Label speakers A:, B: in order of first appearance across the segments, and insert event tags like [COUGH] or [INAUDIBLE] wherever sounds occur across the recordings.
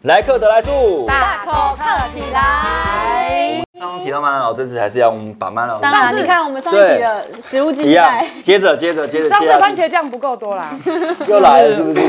A: 莱克德莱速。
B: 大口客起来。
A: 上次提到慢老，这次还是要我们把慢老
B: 当然，你看我们上一集的食物竞
A: 一样
B: 赛，，
A: 接着接着接着，
C: 上次
A: 接着
C: 番茄酱不够多
A: [LAUGHS]
C: 啦，
A: 又来了是不是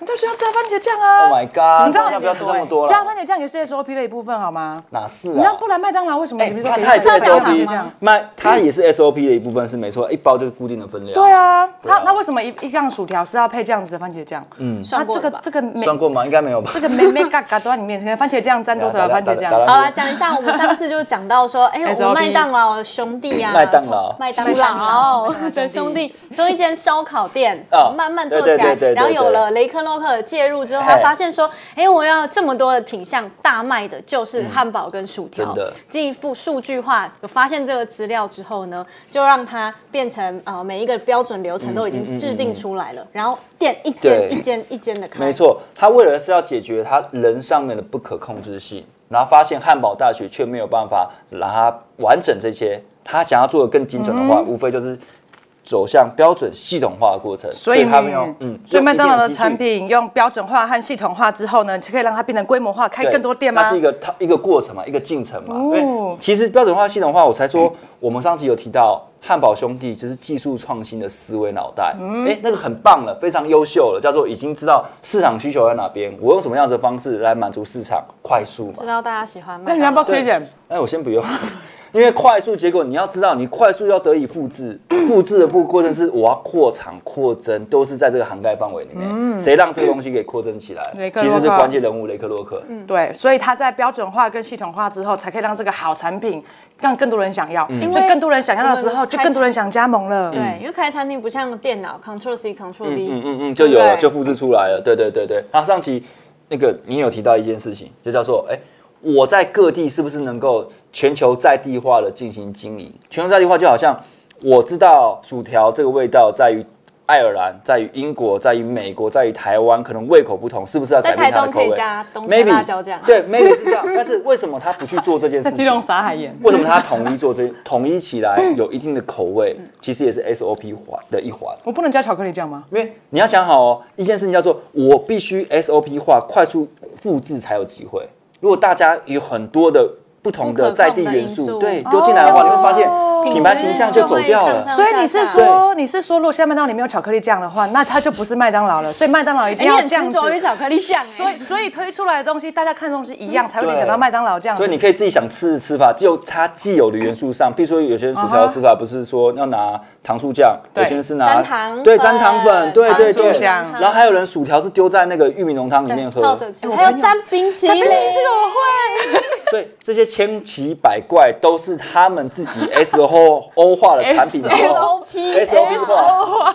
C: 你就需要加番茄酱
A: ？Oh
C: 啊。
A: my god！
C: 你知道
A: 那不要吃这么多
C: 加
A: 了，
C: 番茄酱也是 SOP 的一部分好吗？
A: 哪是啊？
C: 你知道不然麦当劳为什么
A: 哎，
C: 你们说
A: 它
C: 可以
A: 它也是
C: 加番
A: SOP，
C: 茄酱？
A: 卖它也是 SOP 的一部分是没错，一包就是固定的分量。
C: 对，啊，
A: 对啊
C: 它那为什么一一样薯条是要配这样子的番茄酱？嗯，它
B: 算过
C: 这
B: 了
C: 个
B: 吧
C: 这个没
A: 算过吗？应该没有吧？
C: 这个没没嘎嘎都在里面，可能番茄酱沾多少番茄酱？
B: 好来讲一下，我们上次就讲到说，
A: [LAUGHS]
B: 哎、我
C: SOP
B: 们麦当劳兄弟啊，
A: 麦当劳
B: 麦当劳的兄弟，从一间烧烤店、
A: 哦
B: 慢慢做起
A: 对对对
B: 来
A: 对对，
B: 然后有了雷克洛克的介入之后，
A: 哎
B: 他发现说，哎、我要这么多的品相，大卖的就是汉堡跟薯条
A: 真的。
B: 进一步数据化，有发现这个资料之后呢，就让它变成呃每一个标准流程都已
A: 嗯
B: 经制定出来了，然后店一
A: 对
B: 间一间一间的开，
A: 没错，他为了是要解决他人上面的不可控制性，然后发现汉堡大学却没有办法让它完整这些，他想要做的更精准的
C: 嗯
A: 话，无非就是走向标准系统化的过程。
C: 所以
A: 他们要嗯，
C: 所以
A: 用
C: 麦当劳
A: 一定
C: 的
A: 激进
C: 产品用标准化和系统化之后呢，就可以让它变成规模化，开
A: 对
C: 更多店吗
A: 它？是一个它一个过程嘛，一个进程嘛。因
C: 哦
A: 为其实标准化、系统化，我才说我们上集有提到汉堡兄弟，就是技术创新的思维脑袋。
C: 嗯
A: 哎，那个很棒了，非常优秀了，叫做已经知道市场需求在哪边，我用什么样子的方式来满足市场，快速嘛
B: 知。道大家喜欢麦
C: 那
B: 当
C: 你
B: 劳
C: 要不要
A: 对
C: 啊推荐？
A: 哎，我先不用。 [LAUGHS] 因为快速，结果你要知道，你快速要得以复制，复制的步过程是我要扩产扩增，都是在这个涵盖范围里面。谁让这个东西给扩增起来
C: 嗯雷？克
A: 其
C: 洛
A: 实是
C: 克
A: 关键人物雷克洛克。
C: 对，所以它在标准化跟系统化之后，才可以让这个好产品让更多人想
A: 嗯
C: 要。因
B: 因为
C: 为更多人想要的时
B: 我
C: 候，
B: 们
C: 就
B: 开
C: 更多人想加盟了。
B: 对，因为开餐厅不像电脑，Control C Control V，、
A: 嗯嗯嗯，就有了，
C: 对
A: 就复制出来了。对对对对。那上期那个你有提到一件事情，就叫做哎、我在各地是不是能够全球在地化的进行经营？全球在地化就好像我知道薯条这个味道在于。爱尔兰在于英国，在于美国，在于台湾，可能胃口不同，是不是要改变它的口味
B: 在台中可以加东山
A: Maybe，
B: 辣椒酱
A: 对，maybe 是这样。但是为什么他不去做这件事
B: [LAUGHS]
C: 在
A: 情？
C: 基隆傻海盐。
A: 为什么它统一做这统一起来有一定的口味？
B: 嗯
A: 其实也是 SOP 环的一环。
C: 我不能加巧克力酱吗？
A: 因为你要想好哦，一件事情叫做我必须 SOP 化，快速复制才有机会。如果大家有很多的不同的在地元素，
B: 不可控的
A: 对
B: 因素
A: 丢进来的话，
C: 哦
A: 你会发现
C: 品
A: 品牌形象就走掉
B: 就会上
A: 了
B: 上。
C: 所以你是说，你是说，如果现在麦当劳里面有巧克力酱的话，那它就不是麦当劳了。所以麦当劳一定
B: 哎你
C: 要
B: 很
C: 这样
B: 执
C: 子。
B: 着于巧克力酱、
C: 所
B: 哎，
C: 以所以推出来的东西，大家看的东西一样，才会
A: 对
C: 联想到麦当劳这样子。
A: 所以你可以自己想吃的吃法，就它既有的元素上，比如说有些人薯条的吃法不是说要拿糖醋酱，有
C: 啊对
A: 些人是拿
B: 沾糖
A: 对
B: 粉
A: 沾糖粉，对对
C: 糖醋
A: 对，
C: 酱
A: 然后还有人薯条是丢在那个玉米浓汤里面喝，
B: 泡着吃，
C: 我
B: 还
C: 朋
B: 有
C: 友
B: 沾冰淇淋，这个我
A: 所以这些千奇百怪都是他们自己 S O O 化的产品之后 SOP
B: SOP
A: 化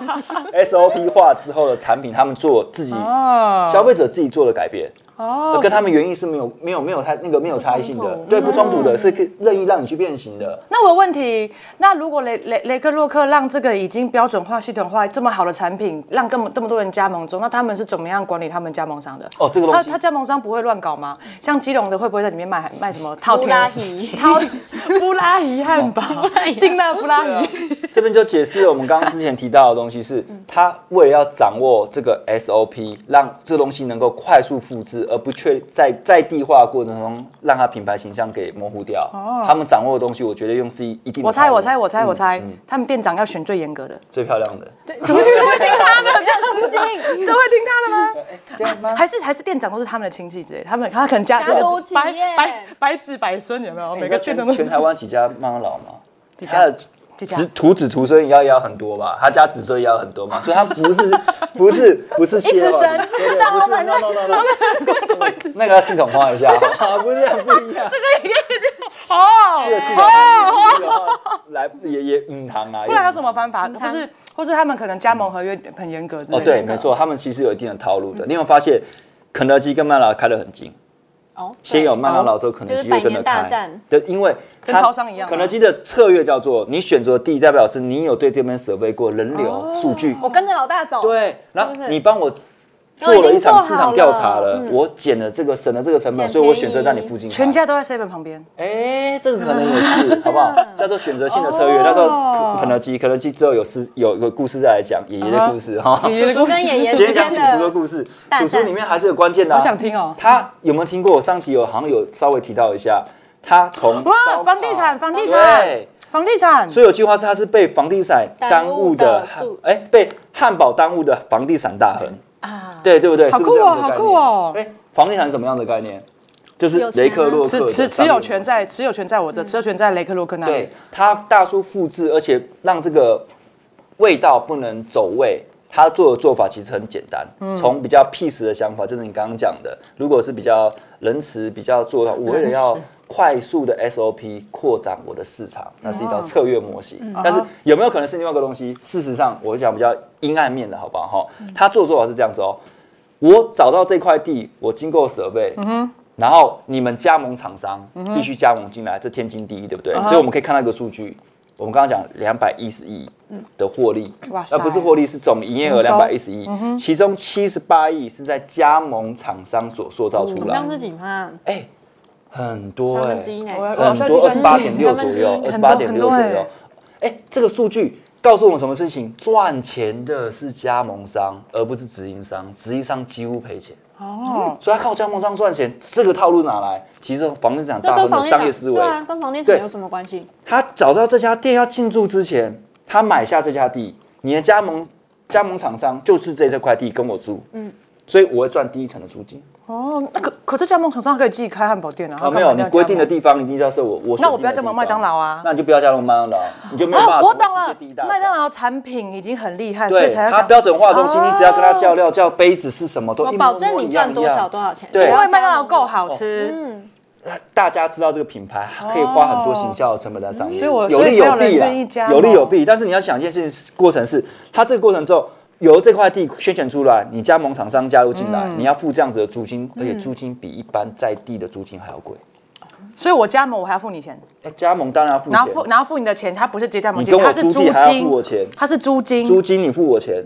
A: SOP 化之后的产品，他们做自己
C: 哦
A: 消费者自己做的改变，
C: 哦
A: 跟他们原意是没有没有没有太那个没有差异性的，对不冲突嗯的，是可以任意让你去变形的。
C: 那我有问题，那如果雷雷雷克洛克让这个已经标准化、系统化这么好的产品，让这么这么多人加盟中，那他们是怎么样管理他们加盟商的？
A: 哦这个东
C: 他
A: 西
C: 他加盟商不会乱搞吗？像基隆的会不会在里面卖卖什么 [LAUGHS] 套
B: 布
C: 天
B: 拉提
C: 套 [LAUGHS] 布拉提汉 [LAUGHS] 堡、啊劲辣布拉提？
A: 这边就解释了我们刚刚之前提到的东西是，
C: 嗯
A: 他为了要掌握这个 SOP，让这东西能够快速复制，而不确在在地化的过程中让它品牌形象给模糊掉。他们掌握的东西，我觉得用是一定的
C: 哦我猜，
A: 套路
C: 我猜，我猜，我猜，他们店长要选最严格的。
A: 最漂亮的。
B: [LAUGHS]
C: 这会听他的 [LAUGHS] 吗？还是还是店长都是他们的亲戚之类，他们他可能家
B: 家族企业
C: 白白白子白孙有没有？每个
A: 全
C: 圈的都
A: 全台湾几家麦当劳吗？
C: 家
A: 他的
C: 几家
A: 子徒子徒孙也要也要很多吧，他家子孙也要很多嘛，所以他不是不是不是切
C: 直
A: 换
C: 生
A: 对对不是 no no no no，那个要系统化一下，好不好不是不一
C: [LAUGHS]
A: 样。[LAUGHS]
C: 哦
A: 这个系统化这个系统化来也也嗯行啊，
C: 不然有什么方法？
B: 汤
C: 或是或是他们可能加盟合约很严格之类
A: 哦，
C: 的。
A: 对，没。错，他们其实有一定的套路的。你有没有发现，肯德基跟麦当劳开得很近，
B: 哦，对
A: 先有麦当劳之后，肯德基又跟着
B: 就是百年大
A: 开
B: 战。
A: 对，因为
C: 跟
A: 它
C: 超商一样啊
A: 肯德基的策略叫做你选择地，代表
C: 哦
A: 是你有对这边设备过人流、数据。
B: 我跟着老大走，
A: 对，然后
B: 是不是
A: 你帮我做了一场市场调查
B: 都已经
A: 了，
B: 做好
A: 我减了这个省了这个成本，
B: 捡
A: 所以我
B: 便
A: 选择在你
B: 宜
A: 附近。
C: 全，家都在 seven 旁边，
A: 哎，这个可能也
B: [LAUGHS]
A: 是，好不好？叫做选择性的策
C: 哦
A: 略。那时候肯德基，肯德基之后有事有有个故事再来讲爷爷的故事哈。
C: 爷爷的
B: 叔
C: 故事
B: 跟爷爷
A: 今天
B: 之
A: 讲叔
B: 间
A: 叔哎的
B: 的，
A: 故事，
B: 蛋
A: 叔叔里面还是有关键的、啊。
C: 好想听哦
A: 他有没有听过？我上集有好像有稍微提到一下，他从
C: 哇，
A: 烧
C: 房地产，
A: 烤
C: 房地产
A: 对，
C: 房地产，
A: 所以有句话是他是被房地产耽误的
B: 耽误的，
A: 哎、被汉堡耽误的房地产大亨啊，对对不对？
C: 好
A: 是不是这样子的
C: 酷哦
A: 概念
C: 好酷哦
A: 哎、房地产是什么样的概念？就是
B: 有钱啊
A: 雷克洛克
C: 持
A: 的
C: 持持
A: 商业
C: 有
A: 模
C: 权
A: 式
C: 在持有权在我这，持有权在雷克洛克那里
A: 嗯对。他大叔复制，而且让这个味道不能走味。他做的做法其实很简单，
C: 嗯
A: 从比较 peace 的想法，就是你刚刚讲的，如果是比较仁慈、比较做到，
C: 嗯
A: 我为了要快速的 SOP 扩展我的市
C: 哦
A: 场，那是一道策略模
C: 嗯
A: 型。但是有没有可能是另外一个东西？事实上，我讲比较阴暗面的好不好？哈，
C: 嗯
A: 他做的做法是这样子哦，我找到这块地，我经过设备，
C: 嗯
A: 然后你们加盟厂商必须加盟进来，这天经地义，对不
C: 嗯
A: 对？所以我们可以看到一个数据，我们刚刚讲两百一十亿的获利
C: 嗯哇，塞
A: 那不是获利，是总营业额
C: 营收嗯
A: 两百一十亿，其中七十八亿是在加盟厂商所塑造出
C: 嗯
B: 我们
A: 来
B: 刚，是几趴？
A: 哎，很多
B: 三
A: 哎
B: 分之，一呢
C: 我？要我要
A: 很
C: 下去
A: 多二
C: 算
A: 十
C: 计
A: 八点六
B: 三
A: 左
B: 分之一
A: 右，二十
C: 很
A: 八
C: 多
A: 点
C: 很
A: 六左
C: 多哎
A: 右，哎，这个数据。告诉我们什么事情？赚钱的是加盟商，而不是直营商。直营商几乎赔钱。
C: 哦，
A: 所以他靠加盟商赚钱，这个套路哪来？其实房地产
B: 这
A: 大亨
B: 跟
A: 的
B: 房地
A: 商业
B: 产
A: 思维
B: 对，啊，跟房地产
A: 对
B: 有什么关系？
A: 他找到这家店要进驻之前，他买下这家地，你的加盟加盟厂商就是这这块地跟我租，嗯，所以我会赚第一层的租金。
C: 哦，那可可是加盟厂商可以自己开汉堡店啊？
A: 啊，
C: 他干
A: 没有，
C: 嘛一定
A: 你
C: 要
A: 规定的
C: 加盟
A: 地方一定要是我我选定的地方。
C: 那我不要加盟麦当劳啊
A: 那你就不要加盟麦当劳，你就没有办法
C: 哦，
A: 成
C: 我
A: 为
C: 懂
A: 世界
C: 了
A: 第一大。
C: 麦
A: 厂
C: 当劳产品已经很厉害，所以
A: 对
C: 才要
A: 它
C: 想
A: 标准化的东西，你只要跟他叫
C: 哦
A: 料、叫杯子是什么，都
B: 我
A: 一模
B: 保证你赚
A: 一模一
B: 多
A: 样
B: 少多少钱，
A: 对哦
B: 只
C: 因
B: 要
C: 为麦当劳
B: 加盟
C: 够好吃，
B: 嗯，
A: 大家知道这个品牌可以花很多行销的成本在上面，
C: 哦所以我
A: 有利有
C: 所以才
A: 弊
C: 有
A: 啦
C: 人愿意加，嘛
A: 有利有弊。但是你要想一件事情，过程是它这个过程之后，由这块地宣传出来，你加盟厂商加入进
C: 嗯
A: 来，你要付这样子的租金，而且租金比一般在地的租金还要贵。
C: 嗯所以我加盟我还要付你钱，
A: 那加盟当然要付
C: 然后付
A: 钱，
C: 然后付你的钱，他不是直接加盟
A: 你
C: 金，
A: 跟我
C: 他是
A: 租
C: 租
A: 地还要付我
C: 金，
A: 钱，
C: 他是租金，
A: 租金你付我钱，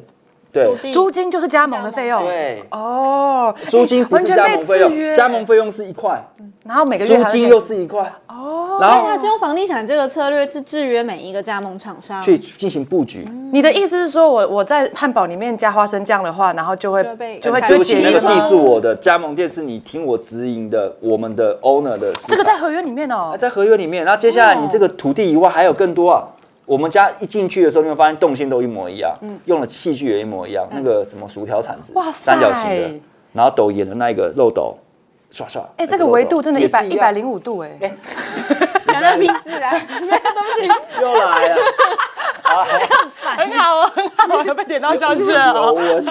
A: 对
B: 土地
C: 租金就是加盟的费用，
A: 对。
C: 哦，
A: 租金不是加盟费
C: 完全被制
A: 用，
C: 约
A: 加盟费用是一块，
C: 然后每个月
A: 租
C: 还要
A: 金
C: 给
A: 又是一块，哦，然
B: 所以他是
A: 后
B: 用房地产这个策略是制约每一个加盟厂商， [LAUGHS]
A: 去进行布局。
C: 你的意思是说我我在汉堡里面加花生酱的话，然后就会
B: 就被
C: 就会
B: 对
A: 对不
C: 就
A: 起，
C: 解
A: 那
C: 约
A: 个
B: 说
A: 地是我的，加盟店是你听我直营的，我们的 owner 的。
C: 这个在合约里面哦
A: 啊。在合约里面，那接下来你这个土地以外还有更多啊。
C: 嗯
A: 我们家一进去的时候，你会发现动线都一模一样，用的器具也一模一样，那个什么薯条铲子，
C: 嗯哇塞
A: 三角形的，然后抖盐的那个漏斗，刷刷。
C: 哎，
A: 那
C: 这个维度真的一百一百
A: 零
C: 零五度哎，
B: 讲到屁事啊！
A: 哎 [LAUGHS] 又来了，
C: 很好啊，很好啊，被点到笑穴
A: [LAUGHS] 螺
C: 哦。
A: 纹。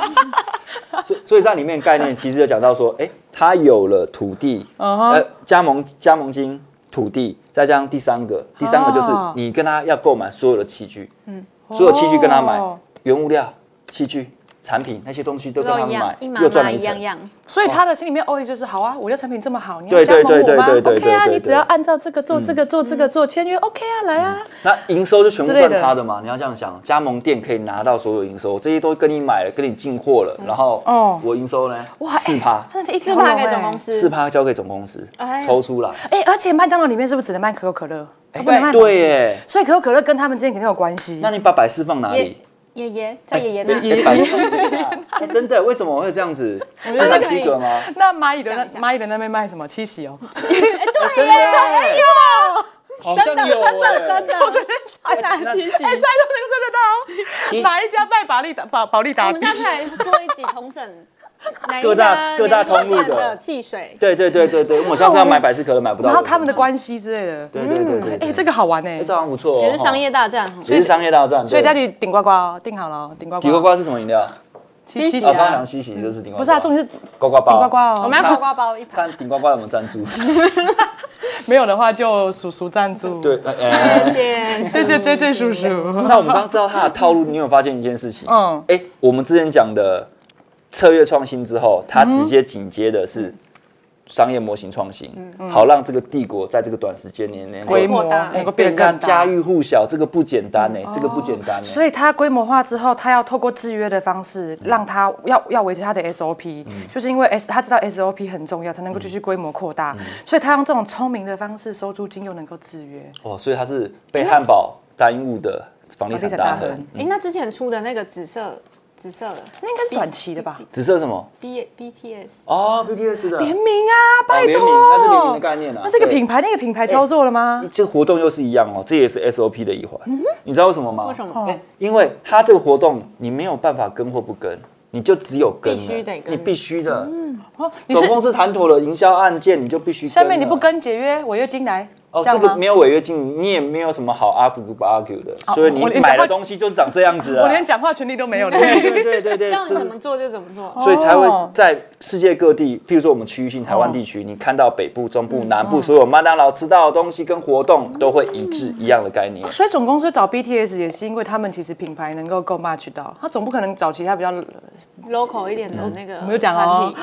A: 所以所以在里面概念其实有讲到说，哎、他有了土地，呃，加盟加盟金、土地，再加上第三个，第三个就是
C: 哦
A: 你跟他要购买所有的器具，嗯，所有器具跟他买，原物料、器具、产品那些东西都跟他
B: 都一
A: 们
B: 样
A: 买，
B: 一，麻
A: 又赚
B: 麻
A: 了一
B: 一样
A: 层。
B: 样，
C: 所以他的心里面 always 就是好啊，我的产品这么好，你要
A: 对
C: 加盟
A: 对
C: 我吗
A: 对对对
C: ？OK 啊，
A: 对对嗯
C: 你只要按照这个做这个做这个做签约 OK 啊，来啊。
A: 那营收就全部
C: 之类
A: 算
C: 的
A: 他的嘛？你要这样想，加盟店可以拿到所有营收，这些都跟你买了，跟你进货了，然后
C: 哦
A: 我营收呢，四趴，
C: 他的一
B: 是怕给总公司，
A: 四趴交给总公司
B: 哎呀
A: 抽出来，
C: 哎，而且麦当劳里面是不是只能卖可口可乐？
A: 哎
C: 它不能卖，
A: 对耶。
C: 所以可口可乐跟他们之间肯定有关系。
A: 那你把百事放哪里？
B: 爷爷在爷爷那，
A: 哎百事放哪里啊？ [LAUGHS] 哎真的，为什么会这样子？市
B: 得
A: 场
B: 可以
A: 区隔吗？
C: 那蚂蚁的
B: 讲一
C: 那
B: 下
C: 蚂蚁的那边卖什么？七喜哦，
A: 哎真的哎呦，好像有哎，
B: 哎那其实
C: 哎，猜到这个
A: 七
C: 真的到哪一家卖保利达保保利
B: 我
C: 达
B: 们？下次来做一集
A: [LAUGHS]
B: 同整哪一家
A: 各大各大通路的
B: 连锁店的汽水，
A: 对对对对对，我下次要买百事可乐买不到。
C: 然后他们的，关系之类的，
A: 对对对对对，
C: 哎，这个好玩
A: 哎
C: 哎
A: 这。好像不错哦，
B: 也是商业大战哦
A: 哈，。也是商业大战。
C: 所
A: 对
C: 以家里顶呱呱哦，订好了哦，顶呱呱。
A: 顶呱呱是什么饮料？
C: 七七
A: 我
C: 喜
A: 刚刚讲
C: 啊，
A: 西喜就是顶呱呱，
C: 不是啊，重点是顶
A: 呱呱包。
C: 呱呱
B: 我
C: 哦。
B: 们要呱呱包一盘，
A: 看顶呱呱有没有赞助？ [LAUGHS]
C: 没有的话就叔叔赞助。，
A: 对，呃呃
B: 谢
A: [LAUGHS]
B: 谢。
C: 谢谢 J J 叔叔。
A: 那我们刚刚知道他的套路，你有没有发现一件事情？嗯
C: 嗯，
A: 哎、我们之前讲的策略创新之后，他直接紧接的是商业模型创新，好让这个帝国在这个短时间内能够
C: 嗯规模哎
B: 扩大
C: 能够
A: 被
C: 变
A: 人
C: 得
A: 家
C: 更
A: 家
C: 大。嗯哦
A: 喻户晓，这个不简单呢、哎这个不简单呢、
C: 所以它规模化之后，它要透过制约的方式，
A: 嗯
C: 让它要要维持它的 SOP，、就是因为 S 它知道 SOP 很重要，才能够
A: 嗯
C: 继续规模扩大，所以它用这种聪明的方式收租金，又能够制约。
A: 哦，所以它是被汉堡耽误的房地产大
C: 房地产大
A: 亨
C: 亨。
B: 哎，那之前出的那个紫色紫色的
C: 那应该是短期的吧？
A: 紫色什么？
B: B B T S，
A: 哦，BTS 的
C: 联名啊，拜
A: 哦联
C: 托、
A: 名那是联名的概念啊
C: 哦那这个
A: 对哎
C: 品牌，那个品牌操作了吗？
A: 这个活动又是一样哦，这也是 SOP 的一环。你知道为什么吗？
B: 为什么
A: 哎因为它这个活动你没有办法跟或不跟，你就只有跟了，
B: 必须得跟
A: 你必须的。
C: 哦，你
A: 总
C: 是
A: 公司谈妥了营销案件，你就必须跟了。
C: 下面你不跟解约，违约金来，
A: 哦，
C: 这
A: 这
C: 样
A: 个
C: 吗
A: 没？有违约金，你也没有什么好 argue 不 argue 的，所以你
C: 我连
A: 买
C: 讲话
A: 的东西就是长这样子了。
C: 我连讲话权利都没有了。
A: 对对对对对，
B: 让
A: 就
B: 你
A: 是
B: 怎么做就怎么做。
A: 所以才会在世界各地，譬如说我们区域性台湾地区，你看到北部、中部、南部所有麦当劳吃到的东西跟活动都会一致一样的概念。
C: [LAUGHS] 所以总公司找 BTS 也是因为他们其实品牌能够够 match 到，他总不可能找其他比较，我
B: local 一点的
A: 嗯
B: 那个团体，
C: 没有讲哦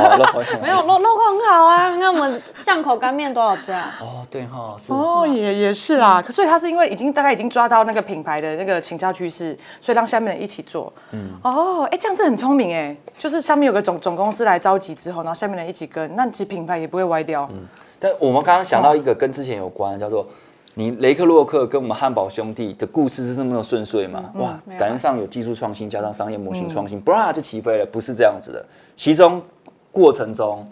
A: 哦，那好
B: 没有 lo local 很好啊。那我们巷口干面多好吃啊！
A: 哦，对哈，是
C: 哦也也是啦。可所以他是因为已经大概已经抓到那个品牌的那个倾销趋势，所以让下面人一起做。嗯，哦，哎，这样子很聪明哎，就是上面有个总总公司来召集之后，然后下面人一起跟，那其实品牌也不会歪掉。
A: 嗯但我们刚刚想到一个跟之前有关，叫做你雷克洛克跟我们汉堡兄弟的故事是这么的顺遂吗？哇，感觉上有技术创新加上商业模型创新，b r a 就起飞了，不是这样子的。其中过程中，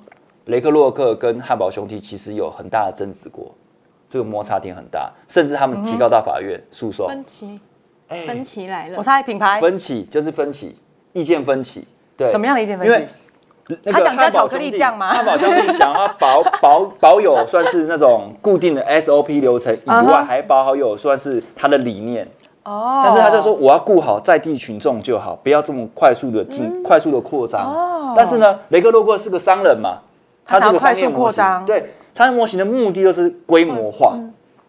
A: 雷克洛克跟汉堡兄弟其实有很大的争执过，这个摩擦点很大，甚至他们提告到法院诉讼。
B: 分歧，
A: 哎
B: 分歧来了
C: 我。猜品牌
A: 分歧就是分歧，意见分歧。对，
C: 什么样的意见分
A: 因
C: 析
A: 为？那
C: 他
A: 个
C: 想加
A: 汉堡
C: 巧克力
A: 兄弟
C: 酱吗
A: 汉堡兄弟想要保保保有算是那种固定的 SOP 流程以
C: 嗯
A: 外，
C: 哼
A: 还保有算是他的理念。
C: 哦，
A: 但是他就说我要顾好在地群众就好，不要这么快速的进、
C: 嗯
A: 快速的扩张。但是呢，雷克洛克是个商人嘛，他是个商业
C: 哦他想要快速
A: 模
C: 扩
A: 型
C: 张，嗯
A: 对，商业模型的目的就是规模化。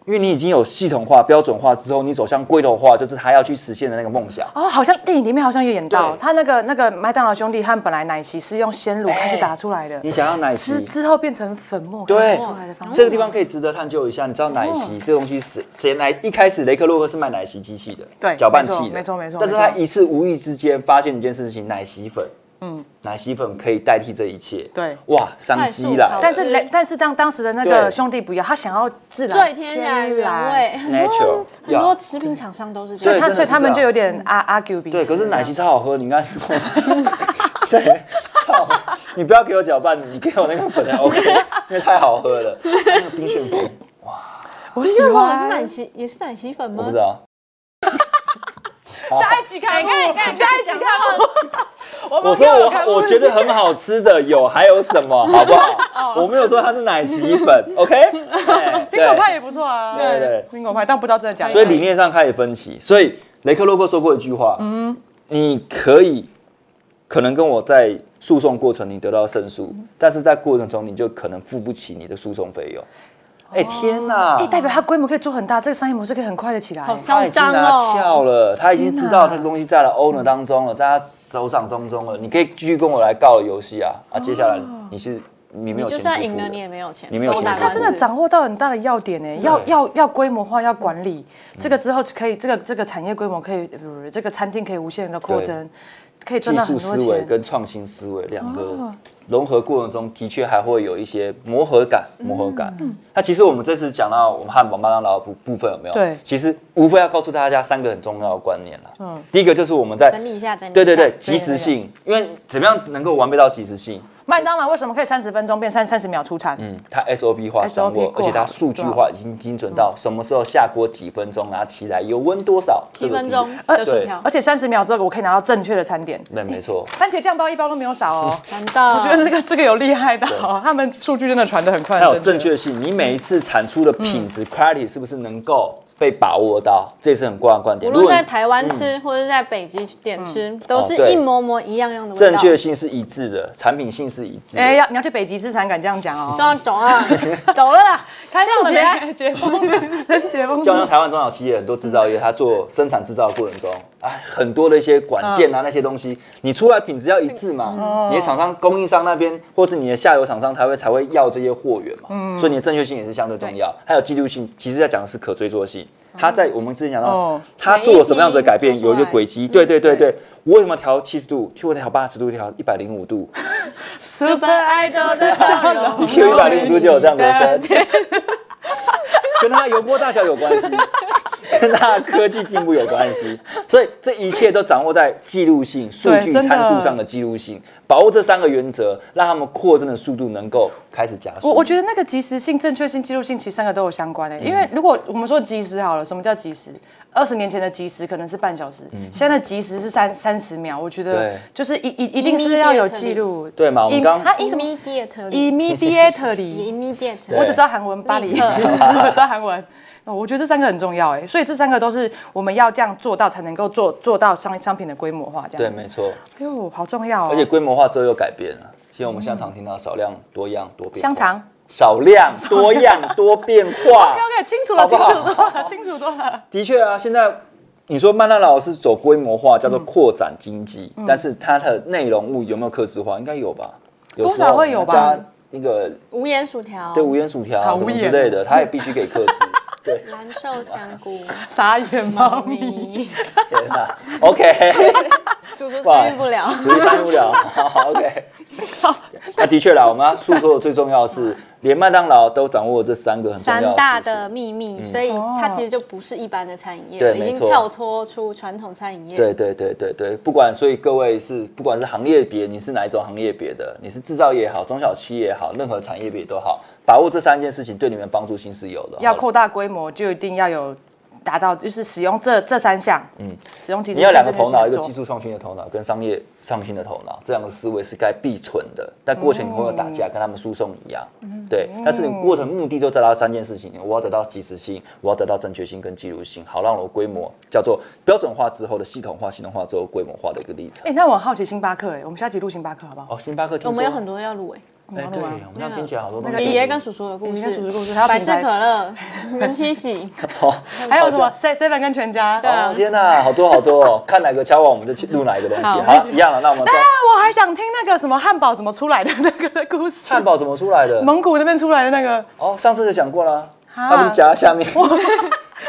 A: 因为你已经有系统化、标准化之后，你走向规头化，就是他要去实现的那个梦想。
C: 哦，好像电影里面好像有演到，
A: 对
C: 他那个那个麦当劳兄弟汉本来奶昔是用鲜乳开始打出来的，
A: 你想要奶昔
C: 之之后变成粉末开
A: 嗯对
C: 始出来的方，式。
A: 这个地方可以值得探究一下。你知道奶昔
C: 哦
A: 这东西是谁来？一开始雷克洛克是卖奶昔机器的，
C: 对
A: 搅拌器的，
C: 没错没错没错
A: 但是他一次无意之间发现一件事情，奶昔粉，
C: 嗯
A: 嗯，奶昔粉可以代替这一切。
C: 对
A: 哇，商机啦
B: 快
C: 但是雷，但是当当时的那
A: 对
C: 个兄弟不要，他想要自然
B: 最天然原味，很
A: ，natural
B: 多很多
A: 要
B: 食品厂商都是这
C: 所以
A: 对
B: 样。
C: 他
A: 真的
C: 所以
A: 是
C: 他们
A: 这
C: 就
A: 样
C: 有点阿阿 Q 彼此。
A: 对，可是奶昔超好喝，你应该说， [LAUGHS] 对，超好喝你不要给我搅拌，你给我那个粉还 OK，因为太好喝
C: [LAUGHS]
A: 了，那个冰旋风，
C: 我喜
B: 我们是
C: 欢。
B: 奶昔，也是奶昔粉
A: 我
B: 吗
A: 不知？道。
C: 下一集
B: 哎
C: 开幕，下一集开
B: 哦
C: 幕。哦
A: 我说我我觉得很好吃的有还有什么，好
C: [LAUGHS]
A: 不好？我没有说它是奶昔粉，OK？哎
C: 苹果派
A: 对，
C: 也不错啊，
A: 对对
C: 苹果派，但不知道真的假的。
A: 所以理念上开始分歧。所以雷克洛克说过一句话，嗯，你可以可能跟我在诉讼过程你得到胜诉，但是在过程中你就可能付不起你的诉讼费用。哎天哪
C: 哎，！代表它规模可以做很大，这个商业模式可以很快的起来。
B: 好
A: 他已经拿翘了，他已经知道
C: 天哪
A: 这个东西在了 owner 当中了，在他手掌中中了。你可以继续跟我来告游戏啊啊！接下来你是你没
B: 你
A: 有钱
B: 就
A: 支
B: 算
A: 付
B: 赢了，
A: 的
B: 你也没有钱。
A: 你没有
B: 都
A: 钱
B: 打
C: 他
B: 官司
C: 真的掌握到很大的要点呢，要要要规模化，要管理，
A: 嗯
C: 这个之后可以，这个这个产业规模可以，呃这个餐厅可以无限的扩增，可以赚
A: 技
C: 到很
A: 术
C: 多
A: 思维
C: 钱。
A: 跟创新思维两个融合过程中，的确还会有一些磨合感，磨合感。那其实我们这次讲到我们汉堡、麦当劳部部分有没有？
C: 对
A: 其实无非要告诉大家三个很重要的观念了。嗯，第一个就是我们在
B: 整理一下，整理一下
A: 对对对，及时性，因为怎么样能够完备到及时性？
C: 麦当劳为什么可以三十分钟变三三十秒出餐？
A: 嗯，它 SOP 化
C: SOP
A: 掌握，
C: 过
A: 而且它
C: 好
A: 数据
C: 对啊
A: 化已经精准
B: 嗯
A: 到什么时候下锅几分钟，然后起来油温多少，这
B: 七
A: 个
B: 分
A: 地
B: 钟
A: 呃
B: 的薯
A: 对
B: 条，
C: 而且三十秒之后我可以拿到正确的餐点，
A: 那没错，
B: 哎
C: 番茄酱包一包都没有少哦。
B: 难
C: 我
B: 道
C: 觉得这个这个有厉害到，哦他们数据真的传的很快，
A: [LAUGHS] 还有
C: 真
A: 正
C: 的
A: 确性，你每一次产出的品质 quality 是不是能够被把握到，这也是很关的观点。
B: 无论
A: 你嗯
B: 在台湾吃或者在北极点吃，都
A: 哦
B: 是
A: 对
B: 一模模一样样的味道。
A: 哦正确性是一致的，产品性是一致的。
C: 哎，要你要去北极之才敢这样讲
A: [LAUGHS]
B: 都
C: 哦。
B: 要走啊，走了啦，
C: 开放了
B: 这样
A: 啊
C: 没？解封了，人解封
A: 就
C: 了。
A: 像台湾中小企业很多制造业，它做生产制造的过程中，啊很多的一些管件啊那些东西，你出来品质要一致嘛，你的厂商供应商那边或是你的下游厂商才会才会要这些货源嘛，所以你的正确性也是相对重要，还有纪律性，其实在讲的是可追溯性。他在我们之前讲到
C: 哦，
A: 他做了什么样子的改变，
B: 每一批
A: 有一个
B: 做出来
A: 轨迹。对对对
C: 对
A: 对，我为什么调七十度？我调八十度，调一百零五度，
B: Super Idol 的笑
A: [LAUGHS]
B: 容，
A: 你 Q 一百零五度就有这样子的声， [LAUGHS] 跟它的油锅大小有关系，跟它的科技进步有关系，所以这一切都掌握在记录性、数据
C: 对真的
A: 参数上的记录性，把握这三个原则，让他们扩增的速度能够开始加速。
C: 我我觉得那个及时性、正确性、记录性，其实三个都有相
A: 嗯
C: 关的、欸因为如果我们说及时好了，什么叫及时？二十年前的及时可能是半小时，现在的及时是三三十秒。我觉得
A: 嗯对
C: 就是一一一定是要有记录。
A: 对嘛我们刚
C: 它一
A: [LAUGHS]
C: 什么
B: immediately
C: immediately，
B: immediately，
C: 我只知道韩文巴黎，
B: 立刻
C: [LAUGHS] 我只知道韩文。哦我觉得这三个很重要哎，所以这三个都是我们要这样做到，才能够做做到商商品的规模化这
A: 对，
C: 样子。
A: 没错，
C: 哎呦，好重要哦！
A: 而且规模化之后又改变了。现在我们香肠听到少量、多样、多变化，
C: 香肠
A: 少量、多样、多变
C: [LAUGHS]
A: 化
C: OK。OK，清楚了，
A: 好不
C: 清
A: 好
C: 楚多了，清楚多了。
A: 的确啊，现在你说曼娜老师走规模化叫
C: 嗯
A: 做扩展经济，但是它的内容物有没有克制化？应该有吧？有时候
C: 多少会有吧
A: 加一个
B: 无盐薯条，
A: 对无烟薯条啊
C: 好
A: 什么
C: 无
A: 之
C: 烟
A: 类的，它也必须给克制。
C: [LAUGHS]
A: 对，
B: 蓝瘦香菇，
C: [LAUGHS] 傻眼猫
B: 猫
C: 咪，
B: 咪，
A: 天哪，OK， [LAUGHS]
B: 猪猪参与不了。
A: 主意参与不了。好好，OK。那的确啦，我们要诉说的最重要的是，连麦当劳都掌握了这三个很重要
B: [LAUGHS] 三
A: 的
B: 大
A: 事情
B: 的秘密，所以它其实就不是一般的餐饮业
A: 对
B: 了，已
A: 没
B: 经
A: 错
B: 跳脱出传统餐饮业。
A: 对对对对对，不管所以各位是不管是行业别，你是哪一种行业别的，你是制造业也好，中小企业也好，任何产业别都好，把握这三件事情对你们帮助性是有的。
C: 要
A: 控，
C: 扩大规模就一定要有达到，就是使用这这三项，嗯，使用技术
A: 你要两个头脑，一个技术创新的头脑跟商业创新的头脑，这两个思维是该必存的。但过程你会有打架，跟他们输送一样，
B: 嗯
A: 对。但是你过程目的都达到三件事情：我要得到及时性，我要得到正确性跟记录性，好让我的规模叫做标准化之后的系统化、系统化之后规模化的一个历程。
C: 哎、那我很好奇星巴克、哎，我们下集录星巴克好不好？
A: 哦，星巴克听
B: 我们有
A: 说
B: 很多要录欸诶，
C: 啊
A: 哎，对，我们要听起来好多东西。
B: 李爷跟叔叔的故
C: 李爷
B: 事，
C: 跟叔叔的故事还有
B: 百事
C: 品牌
B: 可 [LAUGHS] 乐、人七喜，
C: [LAUGHS]
A: 哦，
C: 还有什么
A: 好
C: Se- Seven 跟全家？对啊
A: 像？哦天哪，好多好多哦！ [LAUGHS] 看哪个敲完我们就去录哪一个东西。
B: 好
A: 好，一样了。那我们
C: [LAUGHS]
A: 再
C: 我还想听那个什么汉堡怎么出来的那个的故
A: [LAUGHS]
C: 事，
A: 汉堡怎么出来的？
C: 蒙古那边出来的
B: [LAUGHS]
C: 那个，
A: 哦，上次就讲过啦，
C: 啊
A: 它不是夹在下面。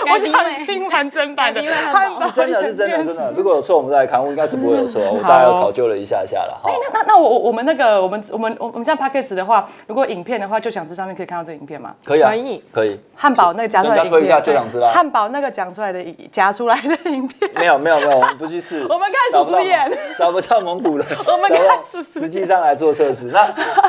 B: 改
C: 我
B: 名
C: 想
B: 为
C: 听完整版的
B: 改名为汉堡
A: 是 [LAUGHS] 真的是真的真的，如果有错我们再来看，我应该是不会有错，我
C: 嗯好哎
A: 大概又考究了一下下了。好，
C: 那那我我我们那个我们我们我我们现在 podcast 的话，如果影片的话，就想这上面可以看到这影片吗？
A: 可以啊，
B: 可以
A: 可以。
C: 汉堡那个夹出来的
A: 人家推
C: 影
A: 一下
C: 片，
A: 就想知道
C: 对汉堡那个讲出来的影夹出来的影片，
A: 没有没有没有，我们不去试。
C: [LAUGHS] 我们看
A: 找不到
C: 叔叔演
A: 找不到蒙古人，
C: [LAUGHS] 我们看
A: 找不到
C: 叔叔
A: 实际上来做测试。那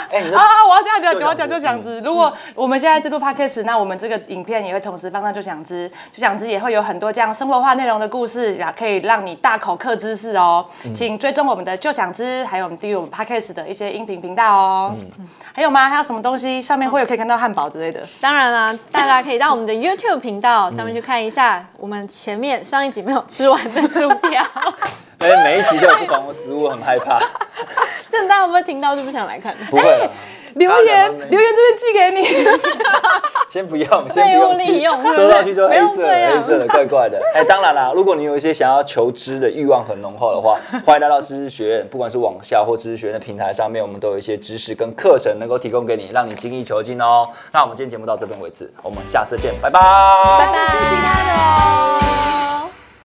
A: 哎，你的
C: 啊，我要这样讲，
A: 就
C: 我
A: 想
C: 要讲
A: 知嗯
C: 就想知。如果我们现在这录 podcast，那我们这个影片也会同时放上就想知，就想知也会有很多这样生活化内容的故事，啊，可以让你大口嗑知识哦。
A: 嗯
C: 请追踪我们的就想知，还有我们订阅我们 podcast 的一些音频频道哦。
A: 嗯
C: 还有吗？还有什么东西上面会有可以看到汉堡之类的？
B: 当然啦，大家可以到我们的 YouTube 频道
A: 嗯
B: 上面去看一下我们前面上一集没有吃完的 [LAUGHS] 薯条。
A: 哎，每一集都有不同的食物，很害
C: [LAUGHS]
A: 怕。
B: 这大家会不会听到就不想来看？
A: 不会了，
C: 留言
A: 当然了
C: 留言这边寄给你。
A: [LAUGHS] 先不要，先不用
B: 废物利用
A: 收到去之后黑
B: 不
A: 色
B: 用
A: 的、
B: 这样
A: 黑色的、怪怪的。哎，当然啦，如果你有一些想要求知的欲望很浓厚的
B: [LAUGHS]
A: 话，欢迎来到知识学院，不管是网校或知识学院的平台上面，我们都有一些知识跟课程能够提供给你，让你精益求精哦。那我们今天节目到这边为止，我们下次见，拜拜
B: 拜拜。